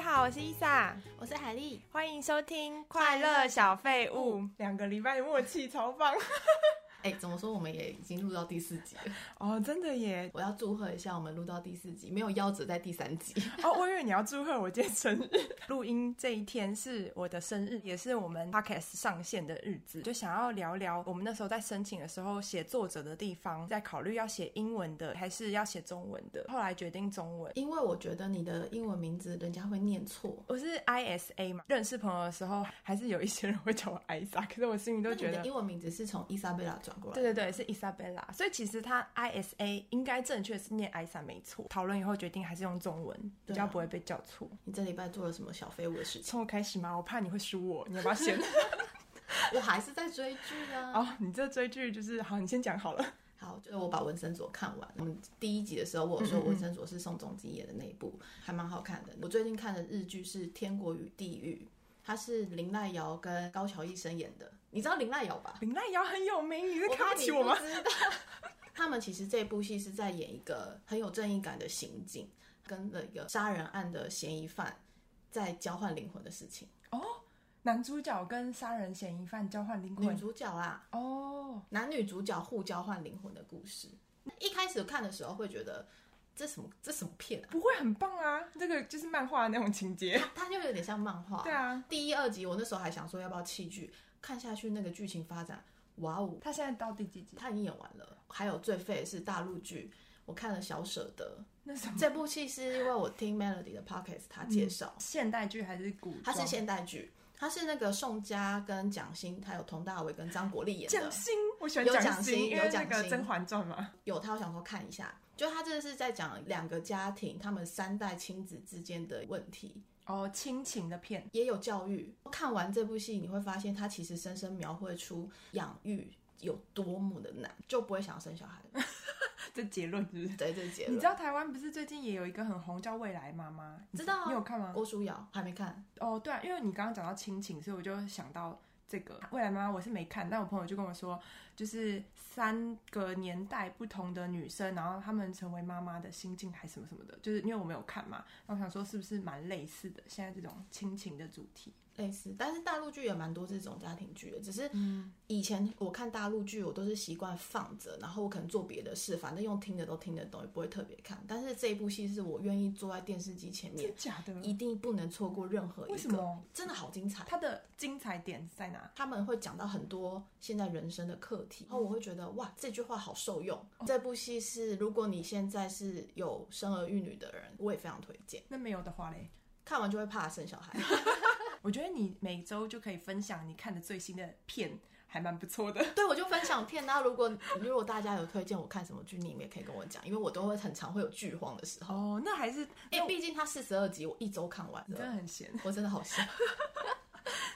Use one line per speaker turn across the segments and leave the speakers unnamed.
娜，
我是海丽，
欢迎收听《快乐小废物》。两个礼拜的默契超棒
哎、怎么说？我们也已经录到第四集了。
哦，真的耶！
我要祝贺一下，我们录到第四集，没有夭折在第三集。
哦，我以为你要祝贺我今天生 日。录音这一天是我的生日，也是我们 podcast 上线的日子，就想要聊聊我们那时候在申请的时候写作者的地方，在考虑要写英文的还是要写中文的，后来决定中文。
因为我觉得你的英文名字人家会念错，
我是 ISA 嘛，认识朋友的时候，还是有一些人会叫我艾莎，可是我心里都
那你
觉得
的英文名字是从伊莎贝拉转过来
对。对对，是 Isabella，所以其实它 ISA 应该正确是念 ISA 没错。讨论以后决定还是用中文，比
对啊
较不会被叫错。
你这礼拜做了什么小废物的事情？
从我开始吗？我怕你会输我，你要不要 先？
我还是在追剧啊。
哦，你这追剧就是好，你先讲好了。
好，就是我把《纹身佐》看完。我们第一集的时候，我
嗯
有说《纹身佐》是宋仲基演的那一部，还蛮好看的。我最近看的日剧是《天国与地狱》，它是林濑遥跟高桥医生演的。你知道林濑遥吧？
林濑遥很有名，你是 看
怕
不
你
起我吗
不？知道。 他们其实这部戏是在演一个很有正义感的刑警，跟了一个杀人案的嫌疑犯在交换灵魂的事情。
哦，男主角跟杀人嫌疑犯交换灵
女
魂。
主角啦，
哦，
男女主角互交换灵魂的故事。一开始看的时候会觉得这什么这什么片啊，
不会很棒啊，这个就是漫画的那种情节。
它就有点像漫画。
对啊，
第一、二集我那时候还想说要不要弃剧，看下去那个剧情发展，哇哦，
他现在到第几集？
他已经演完了。还有最废的是大陆剧，我看了《小舍得
那什》么
这部戏，是因为我听 Melody 的 Pockets 他介绍，
现代剧还嗯是古装？
它是现代剧，它是那个宋佳跟蒋欣，还有佟大为跟张国立演
蒋
的。
欣，我喜欢
有
蒋
蒋欣
欣，因为
有
那
蒋
个《
欣
甄嬛传》嘛。
有他，我想说看一下，就他这个是在讲两个家庭，他们三代亲子之间的问题，
哦，亲情的片，
也有教育。看完这部戏，你会发现它其实深深描绘出养育有多么的难，就不会想要生小孩了。
这结论是不是？
对，这是结
你
论
知。道台湾不是最近也有一个很红叫《未来妈妈》？你
知道啊
你有看吗？
郭书瑶还没看，
哦，对啊，因为你刚刚讲到亲情，所以我就想到这个《未来妈妈》，我是没看，但我朋友就跟我说，就是三个年代不同的女生，然后她们成为妈妈的心境还什么什么的，就是因为我没有看嘛，然后我想说是不是蛮类似的，现在这种亲情的主题。
类似，但是大陆剧也蛮多这种家庭剧的，只是
嗯
以前我看大陆剧，我都是习惯放着，然后我可能做别的事，反正用听的都听得懂，也不会特别看。但是这一部戏是我愿意坐在电视机前面
真，假的？
一定不能错过任何一个，
为什么
真的好精彩。啊
它的精彩点在哪？
他们会讲到很多现在人生的课题，然后我会觉得哇，这句话好受用。
哦
这部戏是如果你现在是有生儿育女的人，我也非常推荐。
那没有的话嘞？
看完就会怕生小孩，
我觉得你每周就可以分享你看的最新的片，还蛮不错的。
对我就分享片。那如果如果大家有推荐我看什么剧，你们也可以跟我讲，因为我都会很常会有剧荒的时候。
哦，那还是
哎、毕竟它四十二集，我一周看完
你真的
了，
很闲。
我真的好想。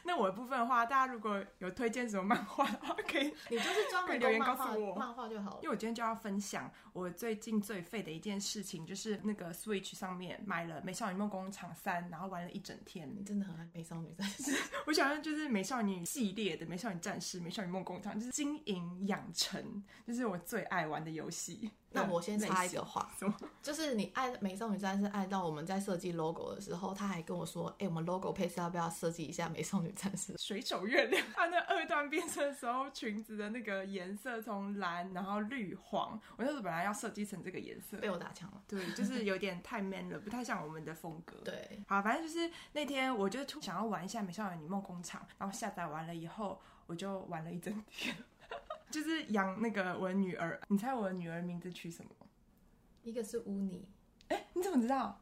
那我的部分的话，大家如果有推荐什么漫画的话，可以，
你就是专门
留言
动漫
告诉
画
我
漫画就好了
因为。我今天就要分享我最近最废的一件事情，就是那个 Switch 上面买了《美少女梦工厂三》，然后玩了一整天。
你真的很爱美少女战 士，
我想要就是美少女系列的《美少女战士》《美少女梦工厂》，就是经营养成，就是我最爱玩的游戏。
那我先插一个话，
什么？
就是你爱美少女战士爱到我们在设计 logo 的时候，他还跟我说：“哎、我们 logo 配色要不要设计一下美少女战士
水手月亮，它那二段变身的时候，裙子的那个颜色从蓝，然后绿黄，我那时候本来要设计成这个颜色？”，
被我打枪了。
对，就是有点太 man 了，不太像我们的风格。。
对，
好，反正就是那天，我就突想要玩一下《美少女梦工厂》，然后下载完了以后，我就玩了一整天， 就是养那个我的女儿。你猜我的女儿名字取什么？
一个是污泥，
哎，你怎么知道？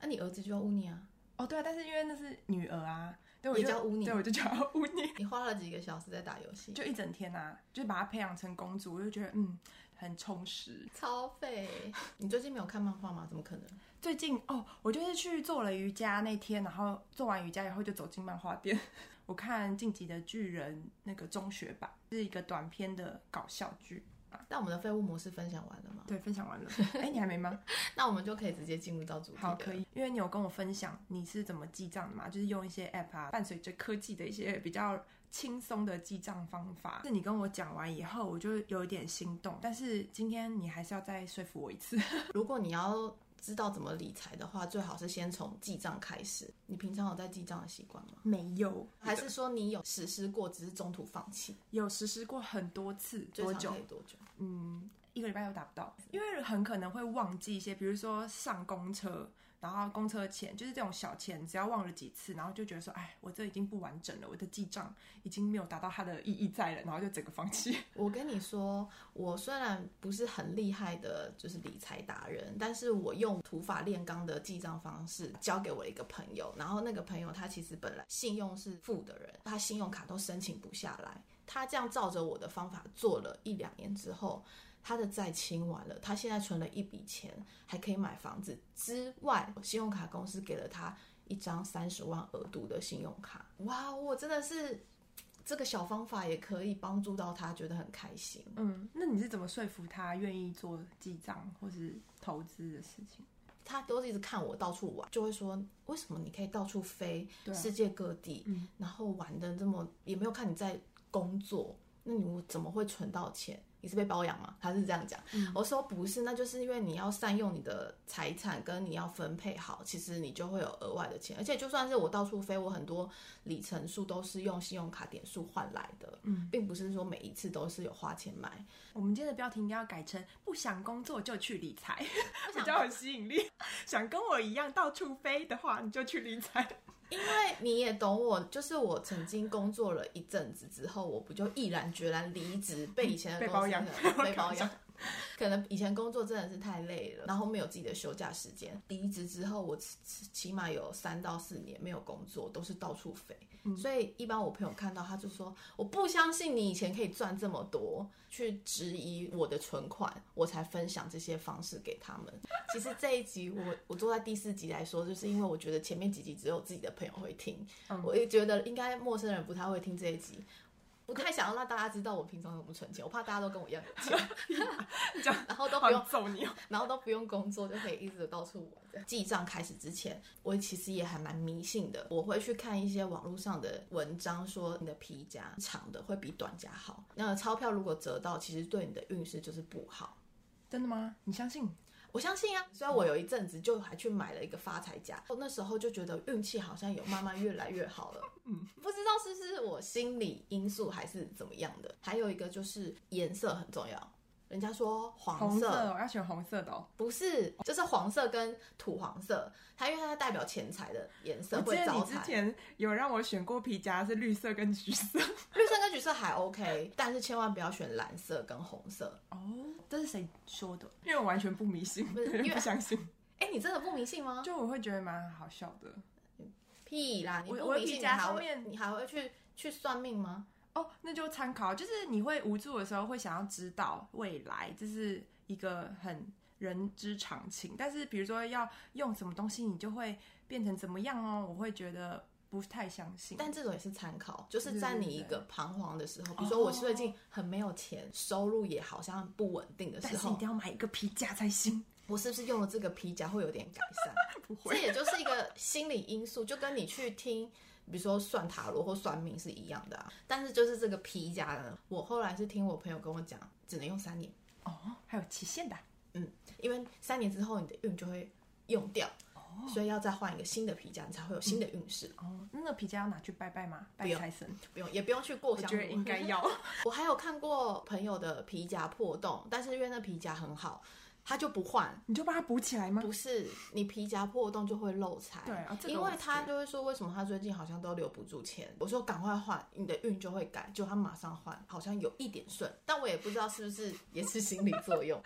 那、你儿子就叫污泥啊。
哦，对啊，但是因为那是女儿啊，对，我就
也叫乌尼
对，我就叫她乌尼。
你花了几个小时在打游戏，
就一整天啊，就把她培养成公主，我就觉得嗯很充实。
超费。 你最近没有看漫画吗？怎么可能？
最近哦，我就是去做了瑜伽那天，然后做完瑜伽以后就走进漫画店， 我看《晋级的巨人》那个中学版，是一个短片的搞笑剧。
但我们的废物模式分享完了吗？
对，分享完了。哎、你还 没吗？
那我们就可以直接进入到主题
好，
了。
可以。因为你有跟我分享你是怎么记账的嘛，就是用一些 app 啊，伴随着科技的一些比较轻松的记账方法。是你跟我讲完以后，我就有一点心动，但是今天你还是要再说服我一次。
如果你要知道怎么理财的话，最好是先从记账开始。你平常有在记账的习惯吗？
没有，
还是说你有实施过，只是中途放弃？
有实施过很多次，
最
多
长
久
可以？多久？
嗯，一个礼拜都达不到，因为很可能会忘记一些，比如说上公车，然后公车钱，就是这种小钱，只要忘了几次，然后就觉得说，哎，我这已经不完整了，我的记账已经没有达到它的意义在了，然后就整个放 弃。
我跟你说，我虽然不是很厉害的，就是理财达人，但是我用土法炼钢的记账方式交给我一个朋友，然后那个朋友他其实本来信用是负的人，他信用卡都申请不下来，他这样照着我的方法做了一两年之后。他的债清完了，他现在存了一笔钱，还可以买房子。之外，信用卡公司给了他一张三十万额度的信用卡。哇，哦我真的是这个小方法也可以帮助到他，觉得很开心。
嗯，那你是怎么说服他愿意做记账或是投资的事情？
他都一直看我到处玩，就会说为什么你可以到处飞
对啊
世界各地，
嗯
然后玩的这么也没有看你在工作，那你怎么会存到钱？你是被包养吗？他是这样讲。
嗯
我说不是，那就是因为你要善用你的财产，跟你要分配好，其实你就会有额外的钱。而且就算是我到处飞，我很多里程数都是用信用卡点数换来的，
嗯
并不是说每一次都是有花钱买。
我们今天的标题应该要改成“不想工作就去理财”，
想
比较有吸引力。想跟我一样到处飞的话，你就去理财。
因为你也懂我，就是我曾经工作了一阵子之后，我不就毅然决然离职，被以前的
嗯被
公司
包养
可能 被
被
包
包
养
养。
可能以前工作真的是太累了，然后没有自己的休假时间。离职之后，我起起起码有三到四年没有工作，都是到处飞。
嗯
所以一般我朋友看到他就说：“我不相信你以前可以赚这么多。”去质疑我的存款，我才分享这些方式给他们。其实这一集我我坐在第四集来说，就是因为我觉得前面几集只有自己的朋友会听，
嗯
我也觉得应该陌生人不太会听这一集。不太想要让大家知道我平常怎么存钱，我怕大家都跟我一样有 钱，
这样
然后都不
好
用
像揍你哦。
然后都不用工作就可以一直到处玩这样。记账开始之前，我其实也还蛮迷信的，我会去看一些网络上的文章，说你的皮夹长的会比短夹好。那钞票如果折到，其实对你的运势就是不好。
真的吗？你相信？
我相信啊，虽然我有一阵子就还去买了一个发财夹，我那时候就觉得运气好像有慢慢越来越好了。嗯，不知道是不是我心理因素还是怎么样的。还有一个就是颜色很重要，人家说
红色哦，要选红色的哦。
不是，就是黄色跟土黄色，它因为它代表钱财的颜色
我
会
记得
招
你之
财。
前有让我选过皮夹是绿色跟橘色。
绿色跟橘色还 OK，但是千万不要选蓝色跟红色。
哦，这是谁说的？因为我完全不迷信，
是因为
不相信。
哎，你真的不迷信吗？
就我会觉得蛮好笑的。
屁啦，你
我
不
我的
迷信，
皮
你
夹
还
上
会
面
你还会去去算命吗？
哦，那就参考，就是你会无助的时候会想要知道未来，这是一个很人之常情。但是比如说要用什么东西，你就会变成怎么样哦，我会觉得不太相信。
但这种也是参考，就是
对
在
对
你一
对
个彷徨的时候，比如说我最近很没有钱，收入也好像不稳定的
但
时
是一
候，
定要买一个皮夹才行，
我是不是用了这个皮夹会有点改善？
不
这
会。
也就是一个心理因素，就跟你去听，比如说算塔罗或算命是一样的、啊。但是就是这个皮夹呢，我后来是听我朋友跟我讲，只能用三年，
哦，还有期限的啊，
嗯，因为三年之后你的运就会用掉，所以要再换一个新的皮夹，你才会有新的运势。
哦，那个皮夹要拿去拜拜吗？拜
用
财神，
不用，也不用去过
我
香
觉得应
炉。
该要。
我还有看过朋友的皮夹破洞，但是因为那皮夹很好，他就不换，
你就把它补起来吗？
不是你皮夹破洞就会漏财，
对啊这个
因
我
为
知
他就会说为什么他最近好像都留不住钱，我说赶快换，你的运就会改，就他马上换，好像有一点顺，但我也不知道是不是也是心理 作用，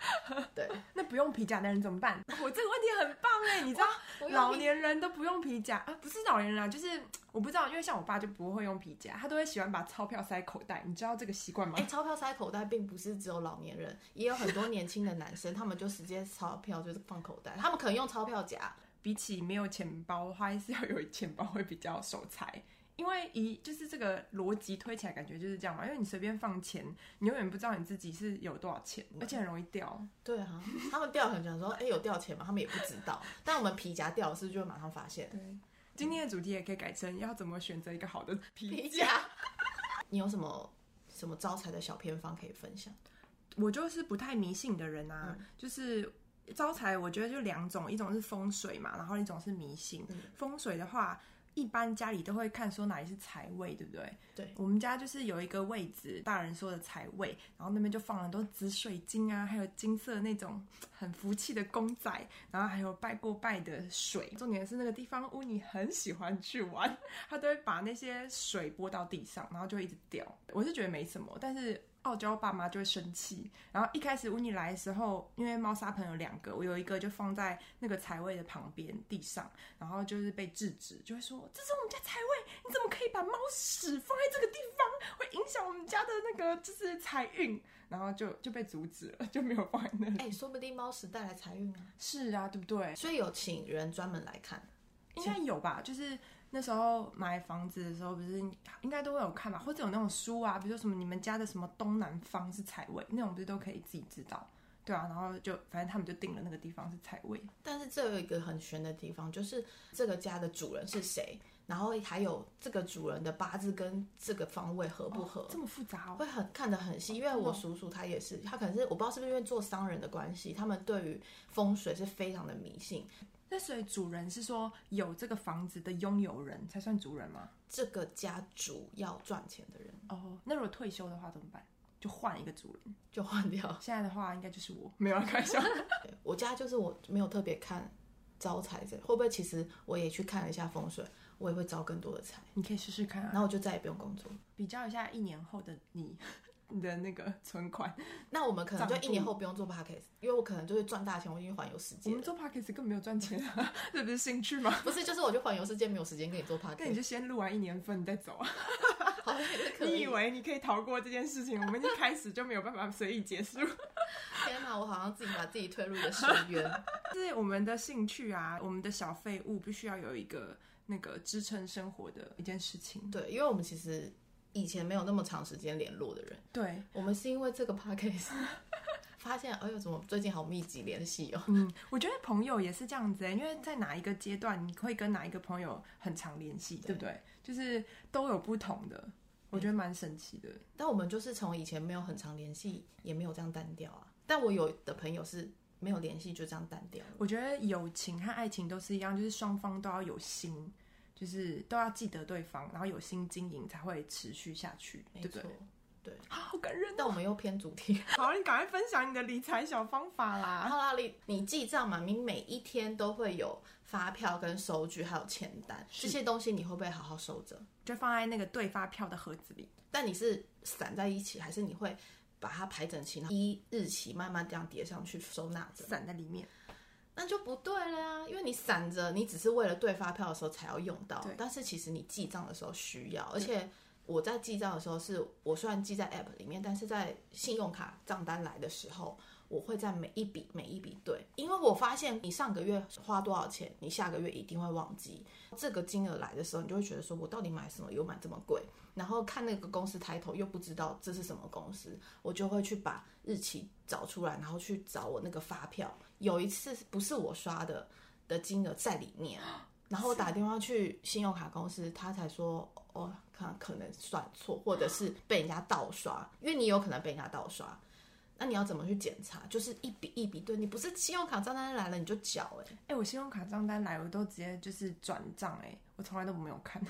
对，
那不用皮夹的人怎么办？ 我这个问题很棒哎，你知道
我用皮
老年人都不用皮夹啊，不是老年人啊，就是我不知道，因为像我爸就不会用皮夹，他都会喜欢把钞票塞口袋，你知道这个习惯吗
哎、？钞票塞口袋并不是只有老年人，也有很多年轻的男生，他们就直接钞票就是放口 袋，他们可能用钞票夹，
比起没有钱包的话，还是要有钱包会比较守财。因为一就是这个逻辑推起来，感觉就是这样嘛。因为你随便放钱，你永远不知道你自己是有多少钱，而且很容易掉。
对啊，他们掉很想说，哎、有掉钱吗？他们也不知道，但我们皮夹掉了是不是就会马上发现？
对，今天的主题也可以改成要怎么选择一个好的
皮
皮夹。
夹。你有什么什么招财的小偏方可以分享？
我就是不太迷信的人啊，就是招财我觉得就两种，一种是风水嘛，然后一种是迷信。风水的话，一般家里都会看说哪里是财位，对不对？
对，
我们家就是有一个位置，大人说的财位，然后那边就放了很多紫水晶啊，还有金色那种很福气的公仔，然后还有拜过拜的水。重点是那个地方污泥很喜欢去玩，他都会把那些水拨到地上，然后就会一直掉。我是觉得没什么，但是傲娇爸妈就会生气。然后一开始乌尼来的时候，因为猫砂盆有两个，我有一个就放在那个财位的旁边地上，然后就是被制止，就会说这是我们家财位，你怎么可以把猫屎放在这个地方？会影响我们家的那个就是财运。然后就就被阻止了，就没有放在 那里。
哎、说不定猫屎带来财运啊，
是啊，对不对？
所以有请人专门来看。
应该有吧，就是那时候买房子的时候，不是应该都会有看吧，或者有那种书啊，比如说什么你们家的什么东南方是财位，那种不是都可以自己知道，对啊，然后就反正他们就定了那个地方是财位，
但是这有一个很悬的地方，就是这个家的主人是谁，然后还有这个主人的八字跟这个方位合不合，
这么复杂哦，
会很看得很细。因为我叔叔他也是，他可能是我不知道是不是因为做商人的关系，他们对于风水是非常的迷信。
那所以主人是说有这个房子的拥有人才算主人吗？
这个家主要赚钱的人
哦，那如果退休的话怎么办？就换一个主人。
就换掉。
现在的话应该就是我，没有啊开玩 笑。
对我家就是我没有特别看招财这，会不会其实我也去看了一下风水，我也会招更多的财，
你可以试试看
然
啊，
后我就再也不用工作。
比较一下一年后的你， 你的那个存款。
那我们可能就
长
一年后不用做 p a c k a g e 因为我可能就会赚大钱，我已经环游世
我
界
们
了。
做 podcast 更没有赚钱啊，这不是兴趣吗？
不是，就是我就环游世界，没有时间给你做 p a c
那
k a
嗯你
g
就先录完一年份，你再走啊！
e 好像也是可
你
以
以。为你可以逃过这件事情？我们一开始就没有办法随意结束。
天哪，我好像自己把自己推入了深渊。
就是我们的兴趣啊，我们的小废物必须要有一个那个支撑生活的一件事情。
对，因为我们其实以前没有那么长时间联络的人，
对，
我们是因为这个 p a c k a g e 发现，哎呦，怎么最近好密集联系哦？
嗯，我觉得朋友也是这样子、欸，因为在哪一个阶段，你会跟哪一个朋友很常联系，对不对？就是都有不同的，我觉得蛮神奇的。
但我们就是从以前没有很常联系，也没有这样单调啊。但我有的朋友是没有联系就这样单调了。
我觉得友情和爱情都是一样，就是双方都要有心，就是都要记得对方，然后有心经营才会持续下去，
没
对不
错
对？，啊 好感人！
但我们又偏主题。
好，你赶快分享你的理财小方法啦。
后拉里，你记账嘛？你每一天都会有发票、跟收据，还有钱单这些东西，你会不会好好收着？
就放在那个对发票的盒子里，
但你是散在一起，还是你会把它排整齐，然后依日期慢慢这样叠上去收纳着？
散在里面。
那就不对了呀，因为你散着，你只是为了对发票的时候才要用到
对，
但是其实你记账的时候需要，而且。我在记账的时候是，我虽然记在 App 里面，但是在信用卡账单来的时候，我会在每一笔每一笔对，因为我发现你上个月花多少钱，你下个月一定会忘记这个金额来的时候，你就会觉得说我到底买什么，有买这么贵，然后看那个公司抬头又不知道这是什么公司，我就会去把日期找出来，然后去找我那个发票。有一次不是我刷的的金额在里 面，然后我打电话去信用卡公司，他才说哦，可可能算错，或者 是被人家盗刷，因为你有可能被人家盗刷。那你要怎么去检查？就是一笔一笔对，你不是信用卡账单来了你就缴哎、欸
哎、我信用卡账单来，我都直接就是转账，哎，我从来都没有看。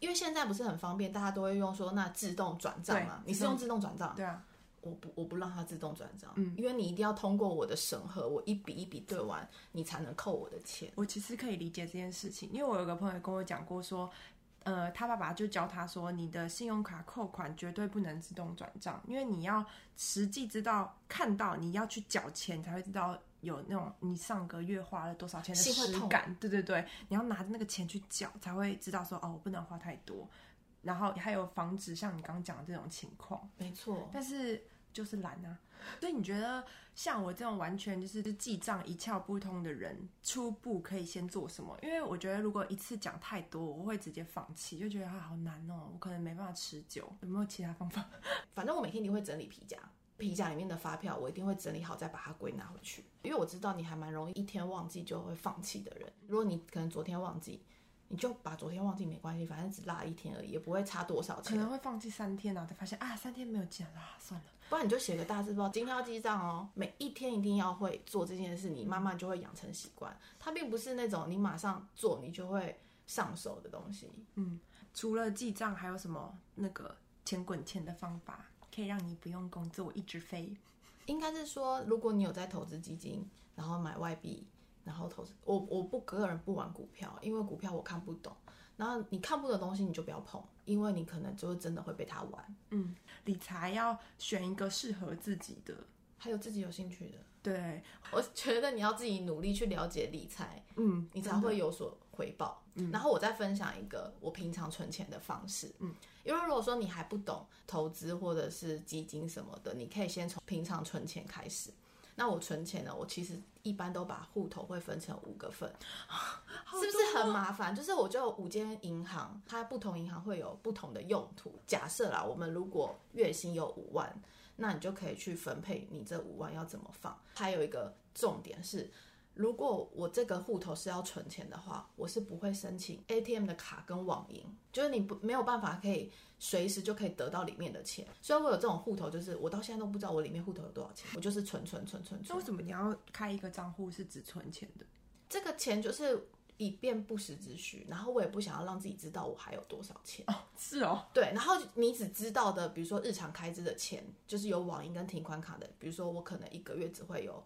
因为现在不是很方便，大家都会用说那自动转账嘛，
对
你是用自动转账，
对啊，
我不我不让它自动转账，嗯，因为你一定要通过我的审核，我一笔一笔对完，你才能扣我的钱。
我其实可以理解这件事情，因为我有个朋友跟我讲过说，呃，他爸爸就教他说，你的信用卡扣款绝对不能自动转账，因为你要实际知道看到你要去缴钱，才会知道有那种你上个月花了多少钱的
心会
实
痛
感。对对对，你要拿着那个钱去缴，才会知道说哦，我不能花太多。然后还有防止像你刚刚讲的这种情况，
没错，
但是就是懒啊。所以你觉得像我这种完全就是记账一窍不通的人，初步可以先做什么？因为我觉得如果一次讲太多，我会直接放弃，就觉得它好难哦，我可能没办法持久。有没有其他方法？
反正我每天一定会整理皮夹，皮夹里面的发票我一定会整理好，再把它归纳回去。因为我知道你还蛮容易一天忘记就会放弃的人。如果你可能昨天忘记，你就把昨天忘记没关系，反正只落一天而已，也不会差多少
可
钱。
能会放弃三天，然后才发现啊，三天没有见啦，算了。
不然你就写个大字报，今天要记账哦，每一天一定要会做这件事，你慢慢就会养成习惯。它并不是那种你马上做你就会上手的东西。
除了记账，还有什么那个钱滚钱的方法，可以让你不用工作一直飞？
应该是说，如果你有在投资基金，然后买外币，然后投资，我我不个人不玩股票，因为股票我看不懂。然后你看不懂的东西你就不要碰，因为你可能就真的会被它玩。
嗯，理财要选一个适合自己的。
还有自己有兴趣的，
对，
我觉得你要自己努力去了解理财，
嗯，
你才会有所回报。然后我再分享一个我平常存钱的方式，嗯，因为如果说你还不懂投资或者是基金什么的，你可以先从平常存钱开始。那我存钱呢，我其实一般都把户头会分成五个份，是不是很麻烦？就是我就有五间银行，它不同银行会有不同的用途。假设啦，我们如果月薪有五万，那你就可以去分配你这五万要怎么放。还有一个重点是，如果我这个户头是要存钱的话，我是不会申请 ATM 的卡跟网银，就是你不没有办法可以随时就可以得到里面的钱。虽然我有这种户头，就是我到现在都不知道我里面户头有多少钱，我就是存存存存
那
存
为。什么你要开一个账户是只存钱 的？
这个钱就是以便不时之需，然后我也不想要让自己知道我还有多少钱。
哦，是哦，
对，然后你只知道的，比如说日常开支的钱，就是有网银跟提款卡的，比如说我可能一个月只会有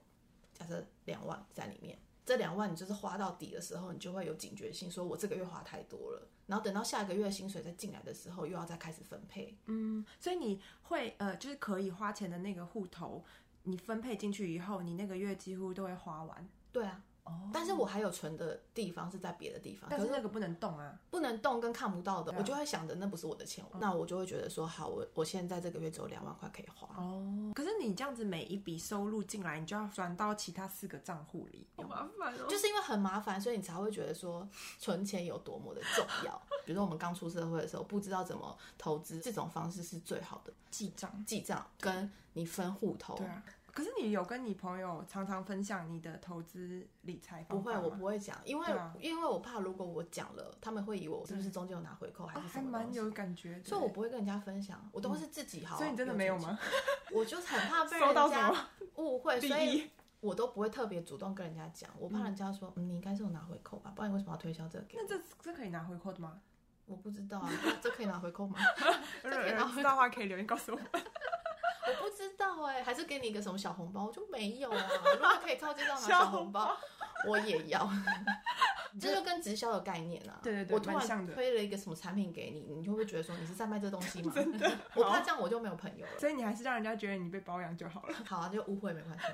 假设两万在里面，这两万你就是花到底的时候，你就会有警觉性，说我这个月花太多了，然后等到下个月薪水再进来的时候，又要再开始分配。
嗯，所以你会呃，就是可以花钱的那个户头，你分配进去以后，你那个月几乎都会花完。
对啊，
哦
但是我还有存的地方是在别的地方，
但
可
是
是
那个不能动啊。
不能动跟看不到的，
对啊嗯
我就会想着那不是我的钱，那我就会觉得说好，我我现在这个月只有两万块可以花，
哦，可是你这样子每一笔收入进来，你就要转到其他四个账户里，好麻烦哦
就是因为很麻烦，所以你才会觉得说存钱有多么的重要。比如说我们刚出社会的时候，不知道怎么投资，这种方式是最好的。
记账。
记账跟你分户头，
对啊，可是你有跟你朋友常常分享你的投资理财
不
方法
会，
吗？
我不会讲，因为、
对啊
因为我怕如果我讲了，他们会以为我是不是中间有拿回扣还
啊，
是
还
什么
蛮
东西。
有感觉的。欸
所以我不会跟人家分享，我都是自己好。
所以你真的没有
存钱？
吗？
我就是很 怕被
收
人
到什
家
么
误会，
利
所以
益？
我都不会特别主动跟人家讲，我怕人家说，嗯，你应该是有拿回扣吧，不然你为什么要推销这个给我
那？这这可以拿回扣的吗？
我不知道啊，这可以拿回 扣吗？
如
这
果
可
有
以拿
人
回
知道的话，可以留言告诉 我。呃
我不知道哎、还是给你一个什么小红包？我就没有啊。如果可以靠近 到拿小红包，我也要。这就跟直销的概念啊，
对对对
我突
蛮像
然
的
推了一个什么产品给你，你就会觉得说你是在卖这东 西吗？真的，我怕这样我就没有朋友了。
所以你还是让人家觉得你被包养就好了。
好啊，就误会没关系，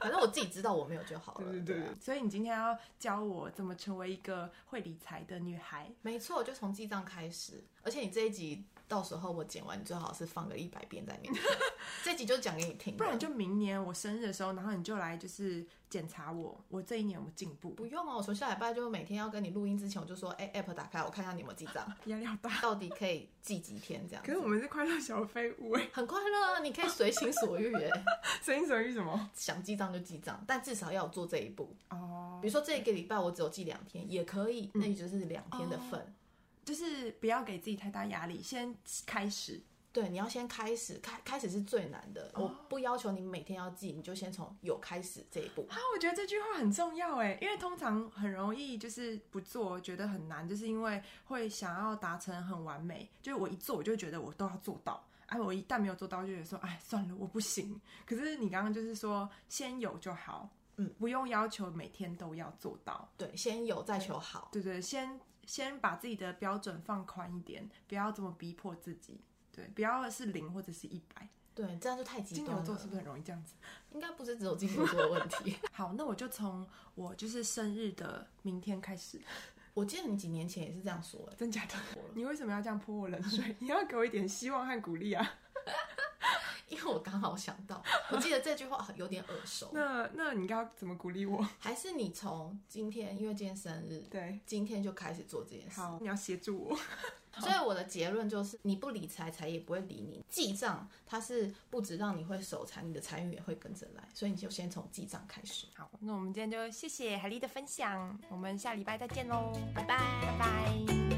反正我自己知道我没有就 好了。啊
所以你今天要教我怎么成为一个会理财的女孩。
没错，就从记账开始。而且你这一集到时候我剪完，你最好是放个一百遍在面前。 这集就讲给你听，
不然就明年我生日的时候，然后你就来就是检查我，我这一年有没有进步，
不用哦。我从下礼拜就每天要跟你录音之前，我就说，哎、a p p 打开，我看一下你有没有记账，
压力好大。
到底可以记几天这样
可是我
子。
们是快乐小飞舞哎，
很快乐啊，你可以随心所欲耶，
随心所欲什么？
想记账就记账，但至少要有做这一步。
哦嗯
比，如说这一个礼拜我只有记两天，也可以，那也就是两天的份。
哦就是不要给自己太大压力，先开始。
对，你要先开始，开开始是最难的。
哦
我不要求你每天要记，你就先从有开始这一步。
啊，我觉得这句话很重要哎，因为通常很容易就是不做，觉得很难，就是因为会想要达成很完美，就是我一做我就觉得我都要做到，哎、我一旦没有做到就觉得说，哎，算了，我不行。可是你刚刚就是说，先有就好，
嗯，
不用要求每天都要做到，
对，先有再求好。
对对，先先把自己的标准放宽一点，不要这么逼迫自己。对，不要是零或者是一百。
对，这样就太极
金
端
牛座
了
是。不是很容易这样子？
应该不是只有金牛座的问题。
好，那我就从我就是生日的明天开始，
我记得你几年前也是这样说的。
真假的？你为什么要这样泼我冷水？ 你要给我一点希望和鼓励啊！
因为我刚好想到，我记得这句话有点耳熟。
那那你应该要怎么鼓励我？
还是你从今天，因为今天生日，
对，
今天就开始做这件事。
好，你要协助我。
所以我的结论就是，你不理财，财也不会理你。记账它是不止让你会守财，你的财运也会跟着来，所以你就先从记账开始。
好，那我们今天就谢谢海丽的分享，我们下礼拜再见喽，
拜拜
拜拜